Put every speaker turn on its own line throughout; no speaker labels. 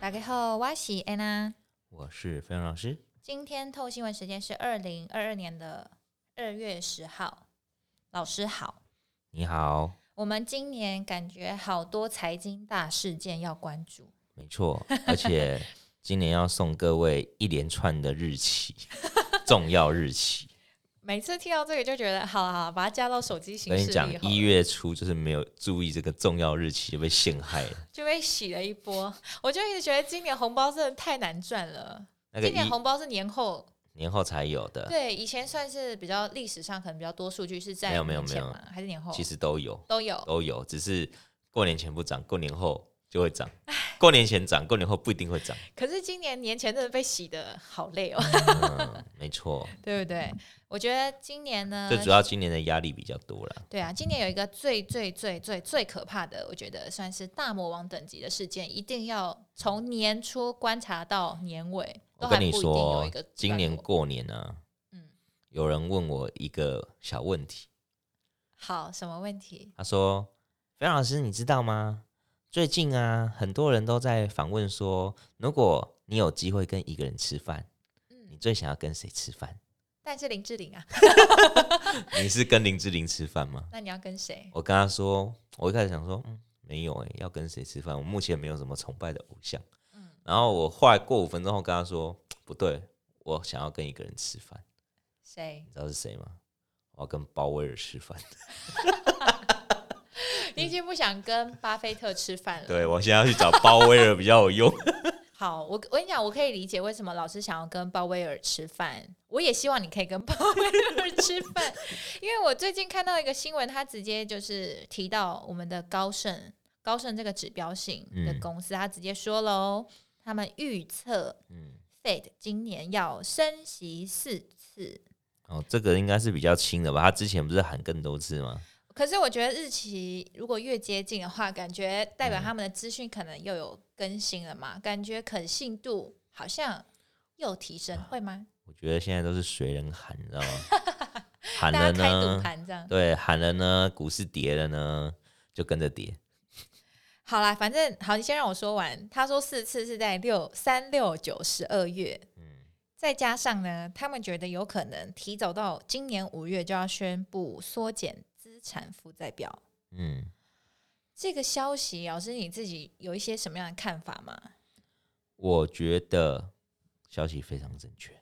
打开后，我是安娜。
我是飞扬老师。
今天透新闻时间是二零二二年的二月十号。老师好，
你好，
我们今年感觉好多财经大事件要关注，
没错，而且今年要送各位一连串的 日期，重要日期。
每次听到这个就觉得，好了好了，把它加到手机形
跟你
式
讲
里，好
一
了，
月初就是没有注意这个重要日期，就被陷害了。
就被洗了一波。我就一直觉得今年红包真的太难赚了，
那个
今年
一呃
红包是年后。
年后才有的，
对，以前算是比较历史上可能比较多数据是在
没有没有
年前
没有
嘛还是年后，
其实都有
都有。
都有，只是过年前不涨，过年后就会涨。过年前涨，过年后不一定会 涨。
可是今年年前真的被洗的好累哦，
嗯，没错，
对不对？我觉得今年呢，
嗯最主要今年的压力比较多了。
对啊，今年有一个最最最最最可怕的，我觉得算是大魔王等级的事件，一定要从年初观察到年尾，
我
都
跟
还
你
不一定有
说
一个，
今年
段落
过年呢、啊，
嗯
有人问我一个小问题，
好什么问题？
他说：“菲老师，你知道吗？最近啊，很多人都在访问说，如果你有机会跟一个人吃饭，你
嗯，
最想要跟谁吃饭？
但是林志玲啊，
你是跟林志玲吃饭吗
那你要跟谁？”？
我跟他说，我一开始想说，嗯，没有诶、要跟谁吃饭？我目前没有什么崇拜的偶像。
嗯
然后我后来过五分钟后跟他说，不对，我想要跟一个人吃饭，
谁
你？知道是谁吗？我要跟鲍威尔吃饭。嗯
你已经不想跟巴菲特吃饭了。
对，我现在要去找鲍威尔比较有用。
好，我我跟你讲，我可以理解为什么老师想要跟鲍威尔吃饭，我也希望你可以跟 鲍威尔吃饭，因为我最近看到一个新闻，他直接就是提到我们的高盛，高盛这个指标性的
嗯
公司，他直接说了哦，他们预测
嗯，
Fed 今年要升息四次，
哦，这个应该是比较轻的吧？他之前不是喊更多次吗？
可是我觉得日期如果越接近的话，感觉代表
嗯
他们的资讯可能又有更新了嘛，感觉可信度好像又提升，
啊
会吗？
我觉得现在都是随人喊，你知道吗？喊
大
了
家开赌
呢，
盘这样。
对，喊了呢，股市跌了呢，就跟着跌。
好啦，反正好，你先让我说完。他说四次是在六三六九十二月，
嗯，
再加上呢，他们觉得有可能提早到今年五月就要宣布缩减资产负债表。
嗯，
这个消息，老师你自己有一些什么样的看法吗？
我觉得消息非常正确。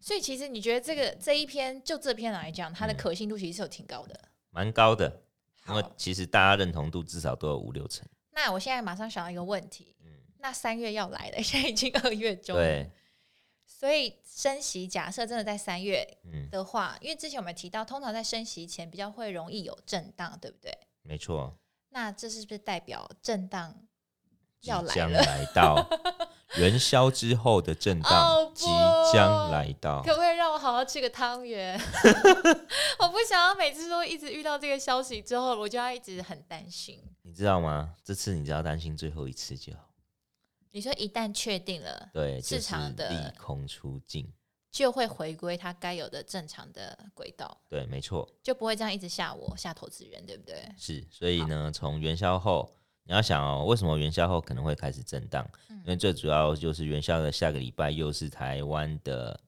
所以其实你觉得这个这一篇就这篇来讲，它的
嗯
可信度其实是有挺高的。
蛮高的，因为
好，
其实大家认同度至少都有五六成。
那我现在马上想到一个问题，
嗯，
那三月要来了， 现在已经二月中了，
对，
所以升息假设真的在三月，
嗯，
的话，因为之前我们提到，通常在升息前比较会容易有震荡，对不对？
没错，
那这是不是代表震荡
即
要来
将
了？
来 到元宵之后的震
哦
荡
不
即将来到。
可不可以让我好好吃个汤圆？ 我不想要每次都一直遇到这个消息之后，我就要一直很担心。
你知道吗？这次你只要担心最后一次就好。
你说一旦确定了，
对，
市
就是
场的
利空出尽。
就会回归它该有的正常的轨道，
对，没错，
就不会这样一直吓我吓投资人，对不对？
是。所以呢，从元宵后，你要想哦，为什么元宵后可能会开始震荡？
嗯
因为最主要就是元宵的下个礼拜又是台湾的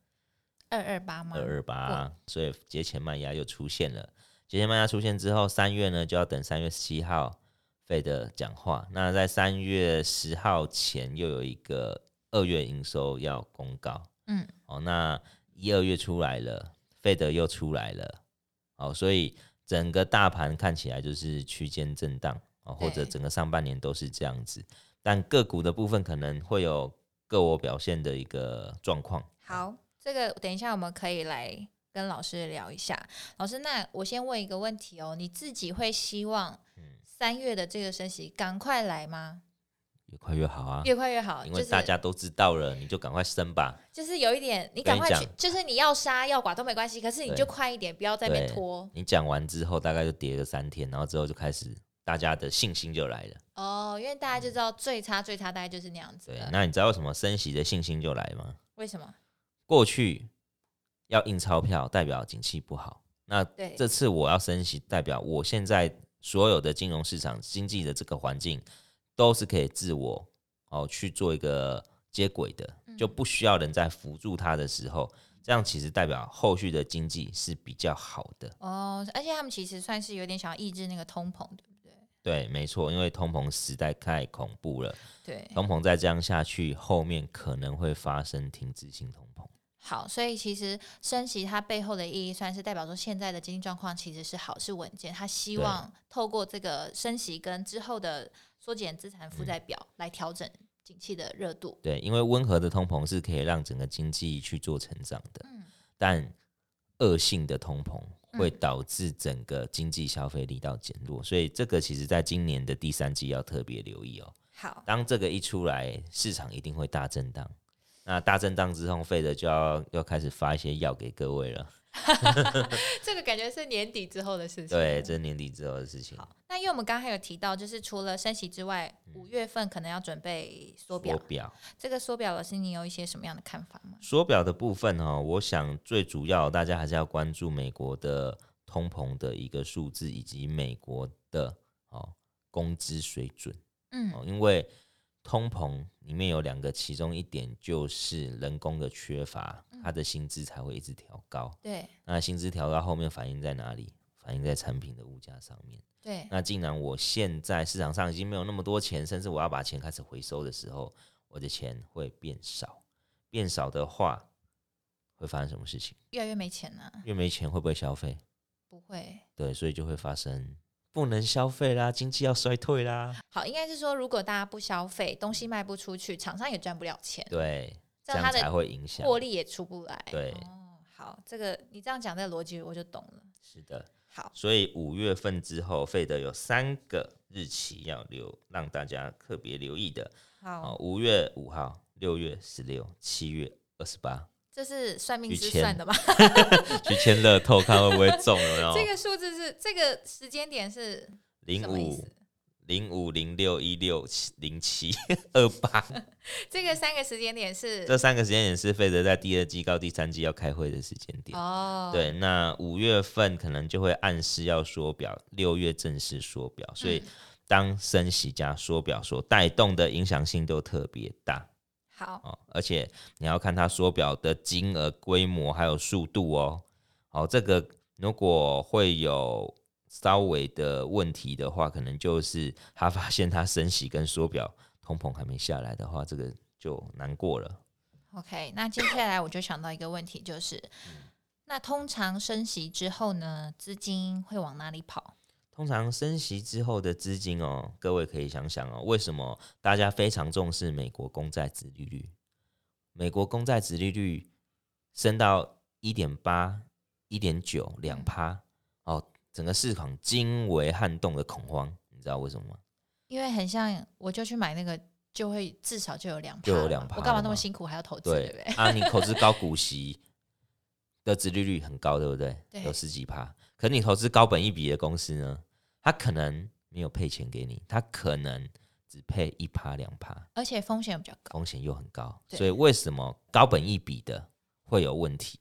二二八吗？
二二八，啊所以节前卖压又出现了。节前卖压出现之后，三月呢就要等三月十七号费的讲话。那在三月十号前又有一个二月营收要公告，
嗯，
哦，那一二月出来了，费德又出来了，哦，所以整个大盘看起来就是区间震荡哦，或者
对
整个上半年都是这样子，但个股的部分可能会有个我表现的一个状况。
好，这个等一下我们可以来跟老师聊一下。老师，那我先问一个问题哦，你自己会希望
嗯
三月的这个升息赶快来吗？
越快越好啊，
越快越好，
因为大家都知道了，你就赶快升吧。
就是、就是有一点，你
跟
赶
你
快去
讲，
就是你要杀要剐都没关系，可是你
对
就快一点，不要在那边
对
拖
你讲完之后，大概就跌了三天，然后之后就开始大家的信心就来了。
哦，因为大家就知道最差最差大概就是那样子
嗯对，
了。
那你知道为什么升息的信心就来吗？
为什么？
过去要印钞票代表景气不好，那
对
这次我要升息，代表我现在所有的金融市场经济的这个环境都是可以自我哦去做一个接轨的，
嗯
就不需要人在扶助它的时候，这样其实代表后续的经济是比较好的。
哦，而且他们其实算是有点想要抑制那个通膨，对不对？
对，没错，因为通膨实在太恐怖了，
对，
通膨再这样下去，后面可能会发生停滞性通膨。
好，所以其实升息它背后的意义，算是代表说现在的经济状况其实是好，是稳健。他希
对
望透过这个升息跟之后的缩减资产
嗯
负债表来调整景气的热度。
对，因为温和的通膨是可以让整个经济去做成长的，
嗯
但恶性的通膨会导致整个经济消费力道减弱，所以这个其实在今年的第三季要特别留意哦。
好，
当这个一出来，市场一定会大震荡。那大震荡之后，费德就要要开始发一些药给各位了。
这个感觉是年底之后的事情。
对，这是年底之后的事情。
好，那因为我们刚才有提到，就是除了升息之外，五月份可能要准备缩表
嗯缩。表，
这个缩表，老师你有一些什么样的看法吗？
缩表的部分哦，我想最主要大家还是要关注美国的通膨的一个数字，以及美国的哦工资水准
嗯
哦，因为通膨里面有两个，其中一点就是人工的缺乏，它的薪资才会一直调高。
对
那薪资调高后面反映在哪里？反映在产品的物价上面。
对，
那既然我现在市场上已经没有那么多钱，甚至我要把钱开始回收的时候，我的钱会变少。变少的话，会发生什么事情？
越来越没钱了、
越没钱会不会消费？
不会。
对，所以就会发生不能消费啦，经济要衰退啦。
好，应该是说，如果大家不消费，东西卖不出去，厂商也赚不了钱，
对，
这
这
样
样
它
才
的
会影响。
获利也出不来。
对
哦，好，这个你这样讲这个逻辑我就懂了。
是的，
好，
所以五月份之后，费德有三个日期要留，让大家特别留意的。
好，
哦，五月五号、六月十六、七月二十八，
这是算命
于
师
谦
算的吧？
去签乐透看会不会中了哦。
这个数字是这个时间点是
零
什么意
五
思？
零五零六一六七零七 二八，
这个三个时间点是
这三个时间点是费德在第二季到第三季要开会的时间点。
哦，
对，那五月份可能就会暗示要缩表，六月正式缩表，所
嗯
以当升息加缩表所带动的影响性都特别大
好，
哦，而且你要看它缩表的金额、规模还有速度哦。好、这个如果会有稍微的问题的话，可能就是他发现他升息跟缩表通膨还没下来的话，这个就难过了。
OK，那接下来我就想到一个问题，就是
嗯
那通常升息之后呢，资金会往哪里跑？
通常升息之后的资金哦，各位可以想想哦，为什么大家非常重视美国公债殖利率？美国公债殖利率升到一点八、一点九、两趴哦，整个市场惊为撼动的恐慌，你知道为什么吗？
因为很像，我就去买那个，就会至少就有两趴，
就有2%
我干嘛那
了
么
嘛
辛苦还要投资，对
对
不对？
啊，你投资高股息的殖利率很高，对不对？
对
有十几趴。可你投资高本一比的公司呢，它可能没有配钱给你，它可能只配一趴两趴。
而且风险比较高。
风险又很高，
对
所以为什么高本益比的会有问题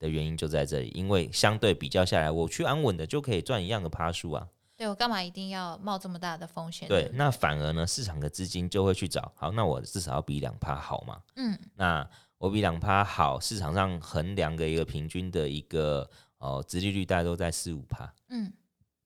的原因就在这里，因为相对比较下来，我去安稳的就可以赚一样的趴数啊。
对我干嘛一定要冒这么大的风险？
对，，那反而呢，市场的资金就会去找，好，那我至少要比两趴好嘛。
嗯，
那我比两趴好，市场上衡量的一个平均的一个哦，殖利率大概都在四五趴，
嗯，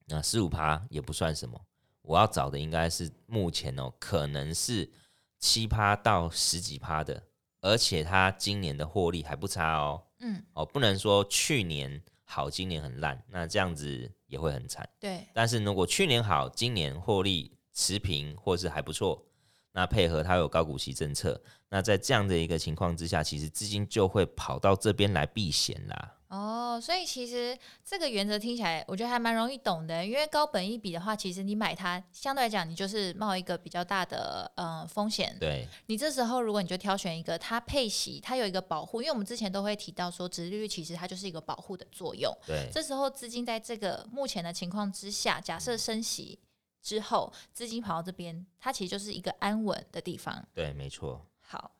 那十五趴也不算什么。我要找的应该是目前哦，可能是七趴到十几趴的，而且它今年的获利还不差哦。
嗯，
哦，不能说去年好，今年很烂，那这样子也会很惨。
对，
但是如果去年好，今年获利持平或是还不错，那配合它有高股息政策，那在这样的一个情况之下，其实资金就会跑到这边来避险啦。
哦，所以其实这个原则听起来，我觉得还蛮容易懂的。因为高本一比的话，其实你买它，相对来讲，你就是冒一个比较大的呃风险。
对，
你这时候如果你就挑选一个它配息，它有一个保护，因为我们之前都会提到说，殖利率其实它就是一个保护的作用。
对，
这时候资金在这个目前的情况之下，假设升息之后，资金跑到这边，它其实就是一个安稳的地方。
对，没错。
好，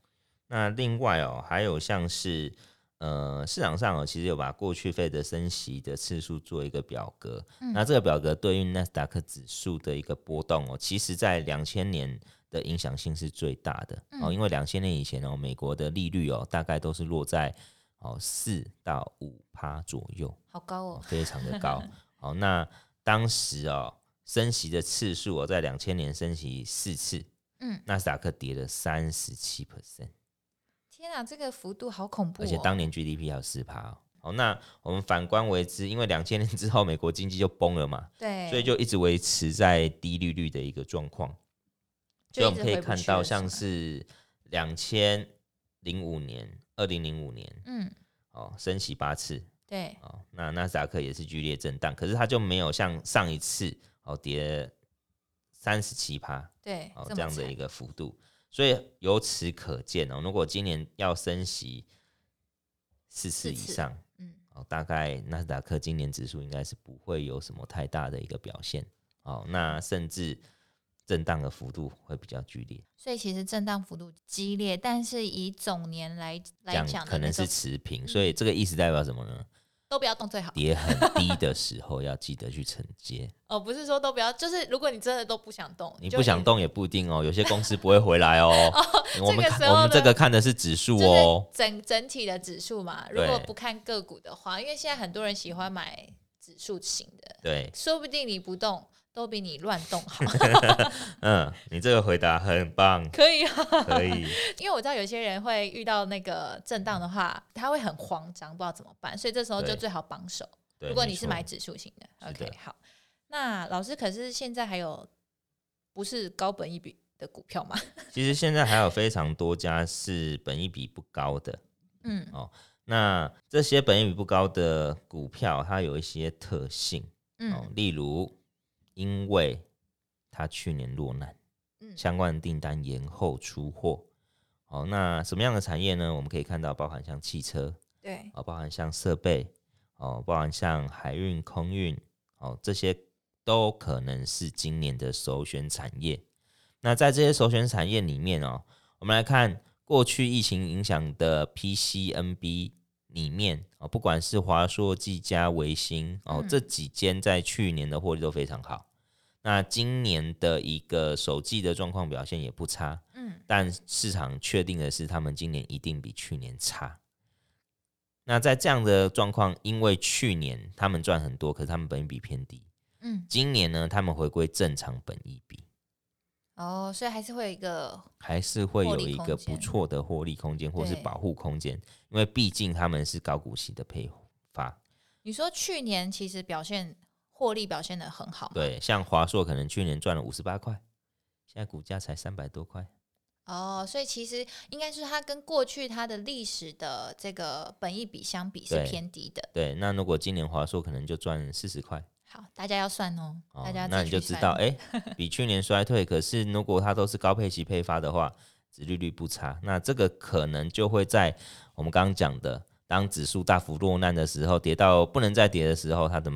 那另外哦，还有像是呃，市场上哦，其实有把过去费的升息的次数做一个表格，那这个表格对应纳斯达克指数的一个波动哦，其实在两千年的影响性是最大的、哦，因为两千年以前哦，美国的利率哦，大概都是落在哦四到五趴左右，
好高哦，
哦非常的高。好，那当时哦，升息的次数哦，在两千年升息四次，
嗯，
纳斯达克跌了三十七 percent，
天啊，这个幅度好恐怖、哦，
而且当年 GDP 还有四趴哦。好，那我们反观为之，因为两千年之后美国经济就崩了嘛，
对，
所以就一直维持在低利率的一个状况。所以
就
我
一直
们可以
回不
看
去
到，
了
像
吗
是两千零五年、二零零五年
嗯，
哦，升息八次，
对，
哦，那纳斯达克也是剧烈震荡，可是它就没有像上一次哦跌三十七趴
对，
哦
么
这样的
惨
一个幅度，所以由此可见哦，如果今年要升息四次以
次
上，
嗯，
哦，大概纳斯达克今年指数应该是不会有什么太大的一个表现哦，那甚至震荡的幅度会比较剧烈，
所以其实震荡幅度激烈，但是以总年来来讲的
可能
那
是
个嗯
持平，所以这个意思代表什么呢？
都不要动最好
跌很低的时候要记得去承接。
哦，不是说都不要，就是如果你真的都不想动，
你
就
不想动也不一定哦，有些公司不会回来哦。我
这
们
个时
看
候
我们这
呢
个看的是指数
就是
哦，
整整体的指数嘛。如果
对
不看个股的话，因为现在很多人喜欢买指数型的，
对，
说不定你不动都比你乱动 好。，
嗯，你这个回答很棒
可以啊，
可以，
因为我知道有些人会遇到那个震荡的话，他会很慌张，不知道怎么办，所以这时候就
对
最好绑手。
对
如果
没
你是
错
买指数型的
是的
，OK，好。那老师，可是现在还有不是高本一比的股票吗？
其实现在还有非常多家是本益比不高的，哦
嗯
那这些本益比不高的股票，它有一些特性哦
嗯，，
例如因为它去年落难，
嗯
相关的订单延后出货。哦，那什么样的产业呢？我们可以看到，包含像汽车，
对，
哦，包含像设备，哦，包含像海运、空运，哦，这些都可能是今年的首选产业。那在这些首选产业里面哦，我们来看过去疫情影响的 PCNB 里面哦，不管是华硕、技嘉、维新哦，
嗯
这几间在去年的获利都非常好。那今年的一个首季的状况表现也不差，
嗯
但市场确定的是，他们今年一定比去年差。那在这样的状况，因为去年他们赚很多，可是他们本益比偏低，
嗯，
今年呢，他们回归正常本益比，
哦，所以还是会有一个
还是会
获
有
利
一
空
个
间
不错的获利空间或是
对
保护空间，因为毕竟他们是高股息的配发。
你说去年其实表现获利表现的很好，
对，像华硕可能去年赚了五十八块，现在股价才三百多块。
哦，所以其实应该是它跟过去它的历史的这个本益比相比是
对
偏低的。
对，那如果今年华硕可能就赚四十块。
好，大家要算哦，
哦
大家自己
那你就
去
知
算
道，哎、 比去年衰退，可是如果它都是高配息配发的话，殖利率不差，那这个可能就会在我们刚刚讲的，当指数大幅落难的时候，跌到不能再跌的时候，它的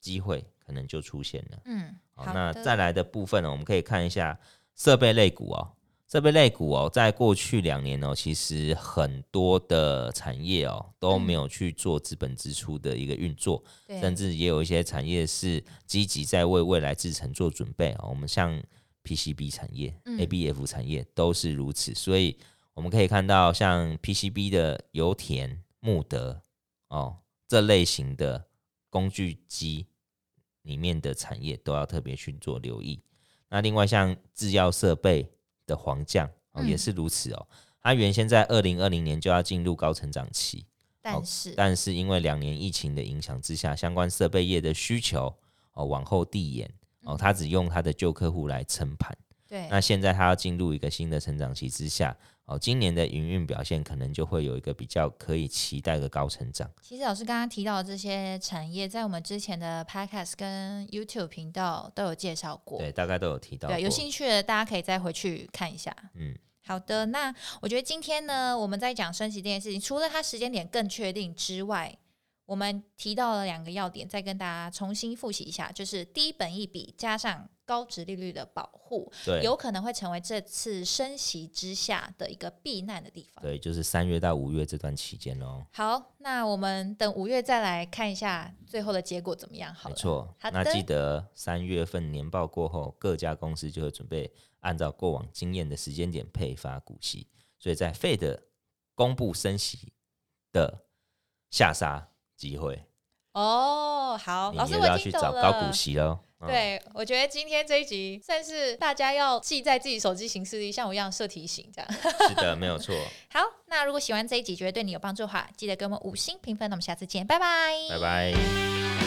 机会可能就出现了。
嗯，
好，
好
那
的
再来的部分呢，我们可以看一下设备类股哦。设备类股哦，在过去两年哦，其实很多的产业哦都
嗯
没有去做资本支出的一个运作，
对
甚至也有一些产业是积极在为未来制程做准备哦。我们像 PCB 产业、
嗯
ABF 产业都是如此，所以我们可以看到，像 PCB 的油田、穆德哦这类型的工具机里面的产业都要特别去做留意。那另外像制药设备的黄酱哦、
嗯
也是如此哦，它原先在二零二零年就要进入高成长期，
但是
但是因为两年疫情的影响之下，相关设备业的需求哦往后递延哦，他只用他的旧客户来撑盘。
嗯对
那现在他要进入一个新的成长期之下哦，今年的营运表现可能就会有一个比较可以期待的高成长。
其实老师刚刚提到的这些产业，在我们之前的 podcast 跟 YouTube 频道都有介绍过。
对，大概都有提到
对，
过。
啊有兴趣的大家可以再回去看一下。
嗯，
好的，那我觉得今天呢，我们在讲升息这件事情，除了它时间点更确定之外，我们提到了两个要点，再跟大家重新复习一下，就是低本益比加上高值利率的保护，
对，
有可能会成为这次升息之下的一个避难的地方。
对，就是三月到五月这段期间哦。
好，那我们等五月再来看一下最后的结果怎么样好
没
了。
错，
好
那
的
记得三月份年报过后，各家公司就会准备按照过往经验的时间点配发股息，所以在 Fed 公布升息的下杀机会，
哦，好，
你
老师
又
我
要
已
去
经懂
找
了。
高股息喽。嗯，
对，我觉得今天这一集算是大家要记在自己手机行事历，像我一样设提醒这样。
哦是的，没有错。
好，那如果喜欢这一集，觉得对你有帮助的话，记得给我们五星评分。那我们下次见，拜拜，
拜拜。